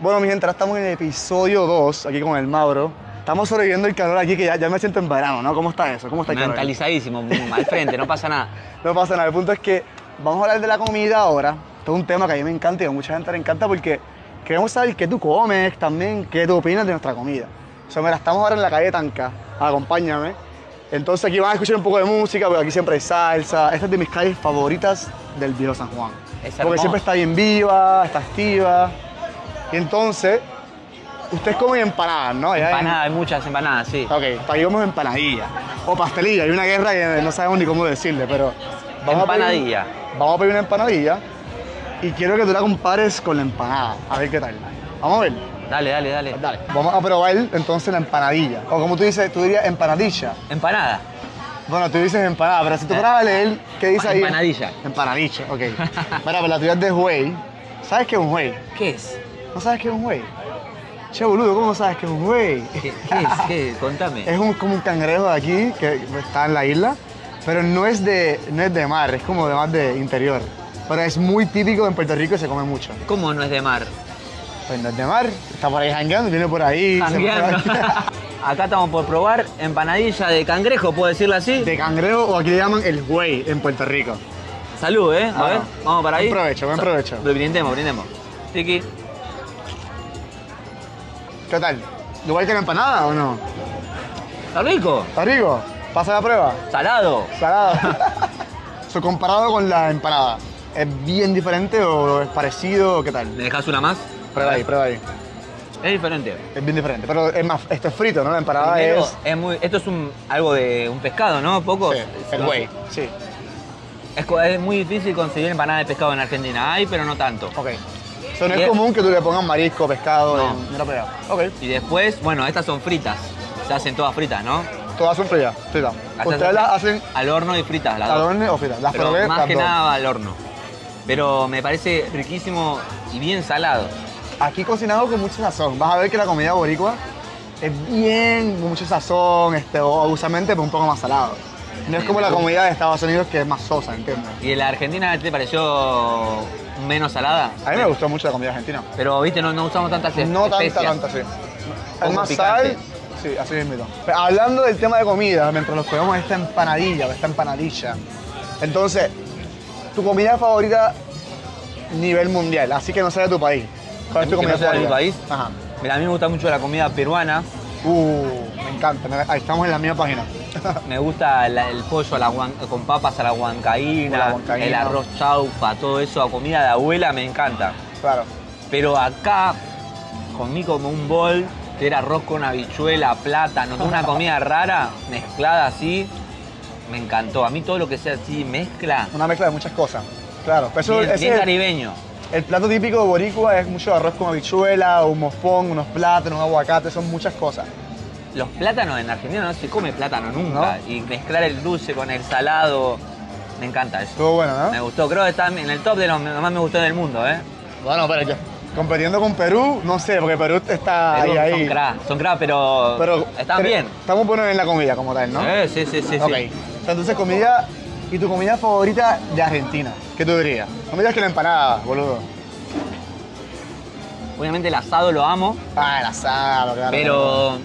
Bueno, mi gente, ahora estamos en el episodio 2, aquí con el Mauro. Estamos sobreviviendo el calor aquí, que ya, ya me siento en verano, ¿no? ¿Cómo está eso? ¿Cómo está el calor? ahí? Mentalizadísimo, boom, al frente, no pasa nada. No pasa nada, el punto es que vamos a hablar de la comida ahora. Esto es un tema que a mí me encanta y a mucha gente le encanta porque queremos saber qué tú comes también, qué tú opinas de nuestra comida. O sea, mira, estamos ahora en la calle Tanca, acompáñame. Entonces aquí van a escuchar un poco de música, porque aquí siempre hay salsa. Esta es de mis calles favoritas del Viejo San Juan. Es porque hermoso. siempre está bien viva, está activa. Y entonces, ustedes comen empanadas, ¿no? Allá en- Empanadas, hay muchas empanadas, sí. Ok, para vamos empanadilla. O pastelilla, hay una guerra que no sabemos ni cómo decirle, pero. a pedir- Empanadilla. vamos a pedir una empanadilla y quiero que tú la compares con la empanada, a ver qué tal. Vamos a ver. Dale, dale, dale. Dale. Vamos a probar entonces la empanadilla. O como tú dices, tú dirías empanadilla. Empanada. Bueno, tú dices empanada, pero si tú fueras a leer, ¿qué dice ahí? Empanadilla. Empanadilla, ok. Mira, pero la tuya es de huey. ¿Sabes qué es un huey? ¿Qué es? ¿No sabes qué es un huey? Che, boludo, ¿cómo sabes qué es un huey? ¿Qué, qué es? ¿Qué? Contame. Es un, como un cangrejo de aquí que está en la isla, pero no es de, no es de mar, es como de más de interior. Pero es muy típico en Puerto Rico y se come mucho. ¿Cómo no es de mar? Pues no es de mar, está por ahí jangueando, viene por ahí. se Jangueando. prueba. Acá estamos por probar empanadilla de cangrejo, ¿puedo decirlo así? De cangrejo o aquí le llaman el güey en Puerto Rico. Salud, ¿eh? A Ah, ver, vamos para ahí. buen provecho, buen Sa- provecho. Brindemos, brindemos. Tiki. ¿Qué tal? ¿Igual que la empanada o no? ¿Está rico? ¿Está rico? ¿Pasa la prueba? Salado. Salado. so, comparado con la empanada, ¿es bien diferente o es parecido o qué tal? ¿Me dejas una más? Prueba ahí, prueba ahí. Es diferente. Es bien diferente, pero es más, esto es frito, ¿no? La empanada Primero, es... es muy, esto es un, algo de un pescado, ¿no? Poco. Sí, el güey. Sí, Es, co- es muy difícil conseguir empanada de pescado en Argentina. Hay, pero no tanto. ok. So, no Y es es- común que tú le pongas marisco, pescado, No. en una pegada. Ok. Y después, bueno, estas son fritas. Se hacen todas fritas, ¿no? Todas son fritas, fritas. Las Ustedes las hacen al horno y fritas, las al dos. horno o fritas. Las Pero probé más las que dos. nada al horno. Pero me parece riquísimo y bien salado. Aquí cocinado con mucho sazón. Vas a ver que la comida boricua es bien, con mucho sazón, este, o abusamente, pero un poco más salado. No es Sí, como me la gusta. comida de Estados Unidos que es más sosa, ¿entiendes? ¿Y la Argentina te pareció menos salada? A mí me gustó mucho la comida argentina. Pero, viste, no, no usamos tantas es- No tanta, especias. tanta, sí. Es Poco más picante. sal. Sí, así mismo. Pero Hablando del tema de comida, mientras nos comemos esta empanadilla o esta empanadilla. Entonces, tu comida favorita nivel mundial, así que no sea de tu país. ¿Cuál es tu Que no comida sea de mi favorita? país. Ajá. Mira, a mí me gusta mucho la comida peruana. Uh, me encanta. me- ahí estamos en la misma página. Me gusta la- el pollo a la guan- con papas a la huancaína, Con la huancaína. el arroz chaufa, todo eso, a comida de abuela me encanta. claro. Pero acá comí como un bol que era arroz con habichuela, plátano, toda una comida rara mezclada así. Me encantó. A mí todo lo que sea así mezcla, Una mezcla de muchas cosas. Claro. Pero eso- bien, ese bien es el, caribeño. el plato típico de boricua es mucho arroz con habichuela, un mofón, unos plátanos, un aguacate, son muchas cosas. Los plátanos en Argentina no se come plátano nunca. Y mezclar el dulce con el salado, me encanta eso. Estuvo bueno, ¿no? Me gustó, creo que está en el top de los que más me gustó del mundo, ¿eh? Bueno, pero yo. Competiendo con Perú, no sé, porque Perú está Perú, ahí, ahí. Son cra, son cra, pero, Pero están pero bien. Estamos buenos en la comida como tal, ¿no? Eh, sí, sí, sí, sí. Ok. Entonces, comida. ¿Y tu comida favorita de Argentina? ¿Qué tú dirías? No me digas que la empanada, boludo. Obviamente el asado lo amo, Ah, el asado, claro. pero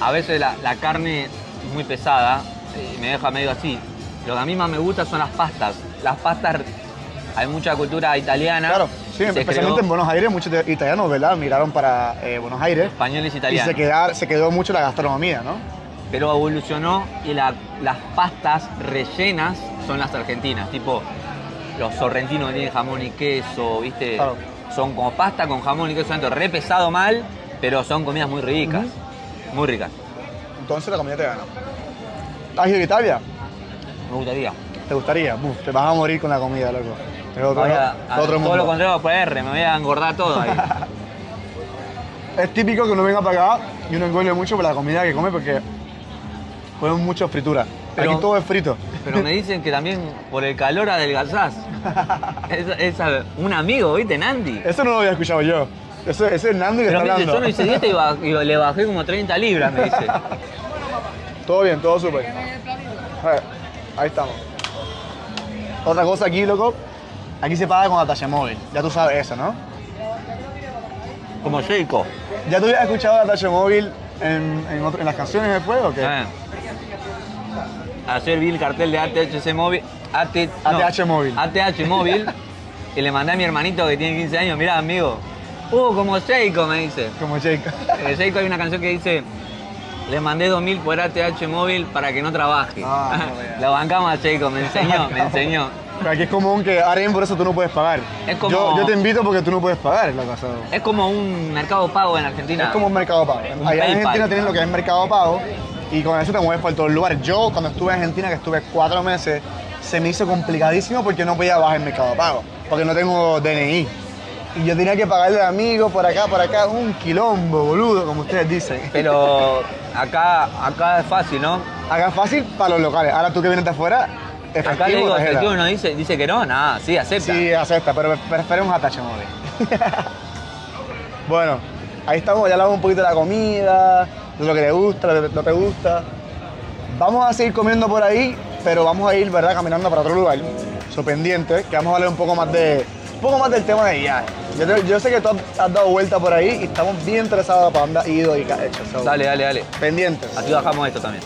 a veces la, la carne es muy pesada y me deja medio así. Lo que a mí más me gusta son las pastas. Las pastas, hay mucha cultura italiana. Claro, y sí, se especialmente creó en Buenos Aires, muchos de- italianos, ¿verdad? Miraron para eh, Buenos Aires. españoles Y italianos. se, quedar, se quedó mucho la gastronomía, ¿no? pero evolucionó y la- las pastas rellenas son las argentinas, tipo los sorrentinos que tienen jamón y queso, ¿viste? Claro. Son como pasta con jamón y queso dentro, re pesado mal, pero son comidas muy ricas, muy ricas. Entonces la comida te gana. ¿Has ido a Italia? Me gustaría. ¿Te gustaría? Buf, te vas a morir con la comida, loco. Es otro, Voy a- es a- otro todo mundo. lo contrario a PR, me voy a engordar todo ahí. Es típico que uno venga para acá y uno engorde mucho por la comida que come porque comemos mucho fritura. Pero- Aquí todo es frito. pero me dicen que también por el calor adelgazás. Es, es a- un amigo, ¿viste? Nandi. Eso no lo había escuchado yo. Eso, ese es Nando que Pero está me dice, hablando. yo no hice dieta y, ba- y le bajé como 30 libras, me dice. Todo bien, todo súper. A ver, Ahí estamos. Otra cosa aquí, loco. Aquí se paga con Atasha Móvil. Ya tú sabes eso, ¿no? Como Jayco. ¿Ya tú habías escuchado a Tacho Móvil en, en otro- en las canciones después o qué? Ah. Ayer vi el cartel de ATHC Móvil. AT, ATH Móvil. ATH Móvil. y le mandé a mi hermanito que tiene 15 años, mirá amigo. Uh, como Jayco me dice. Como Jake. En Jayco hay una canción que dice. Le mandé 2000 por ATH móvil para que no trabaje. Ah, no, vea. La bancamos a Jayco, me enseñó, me enseñó. Aquí es común que Aren por eso tú no puedes pagar. Es como- Yo, yo te invito porque tú no puedes pagar, es la cosa. Es como un mercado pago en Argentina. Es como un mercado pago. Allá en PayPal. Argentina tienen lo que es mercado pago y con eso te mueves por todos los lugares. Yo cuando estuve en Argentina, que estuve cuatro meses, se me hizo complicadísimo porque no podía bajar el mercado pago, porque no tengo DNI. Y yo tenía que pagarle a amigos por acá, por acá, un quilombo, boludo, como ustedes dicen. Pero acá, acá es fácil, ¿no? Acá es fácil para los locales. Ahora tú que vienes de afuera, efectivo, Acá le digo, tarjeta. efectivo, y no dice, dice que no, nada, sí, acepta. Sí, acepta, pero preferimos a Tacho Móvil. bueno, ahí estamos, ya hablamos un poquito de la comida, de lo que te gusta, lo que no te gusta. Vamos a seguir comiendo por ahí, pero vamos a ir, ¿verdad?, caminando para otro lugar, sorprendente, que vamos a hablar un poco más de un poco más del tema de viaje. Yo, te- yo sé que tú has, has dado vuelta por ahí y estamos bien interesados para dónde has ido y qué has hecho. so, Dale, dale, dale. Pendientes. Así bajamos esto también.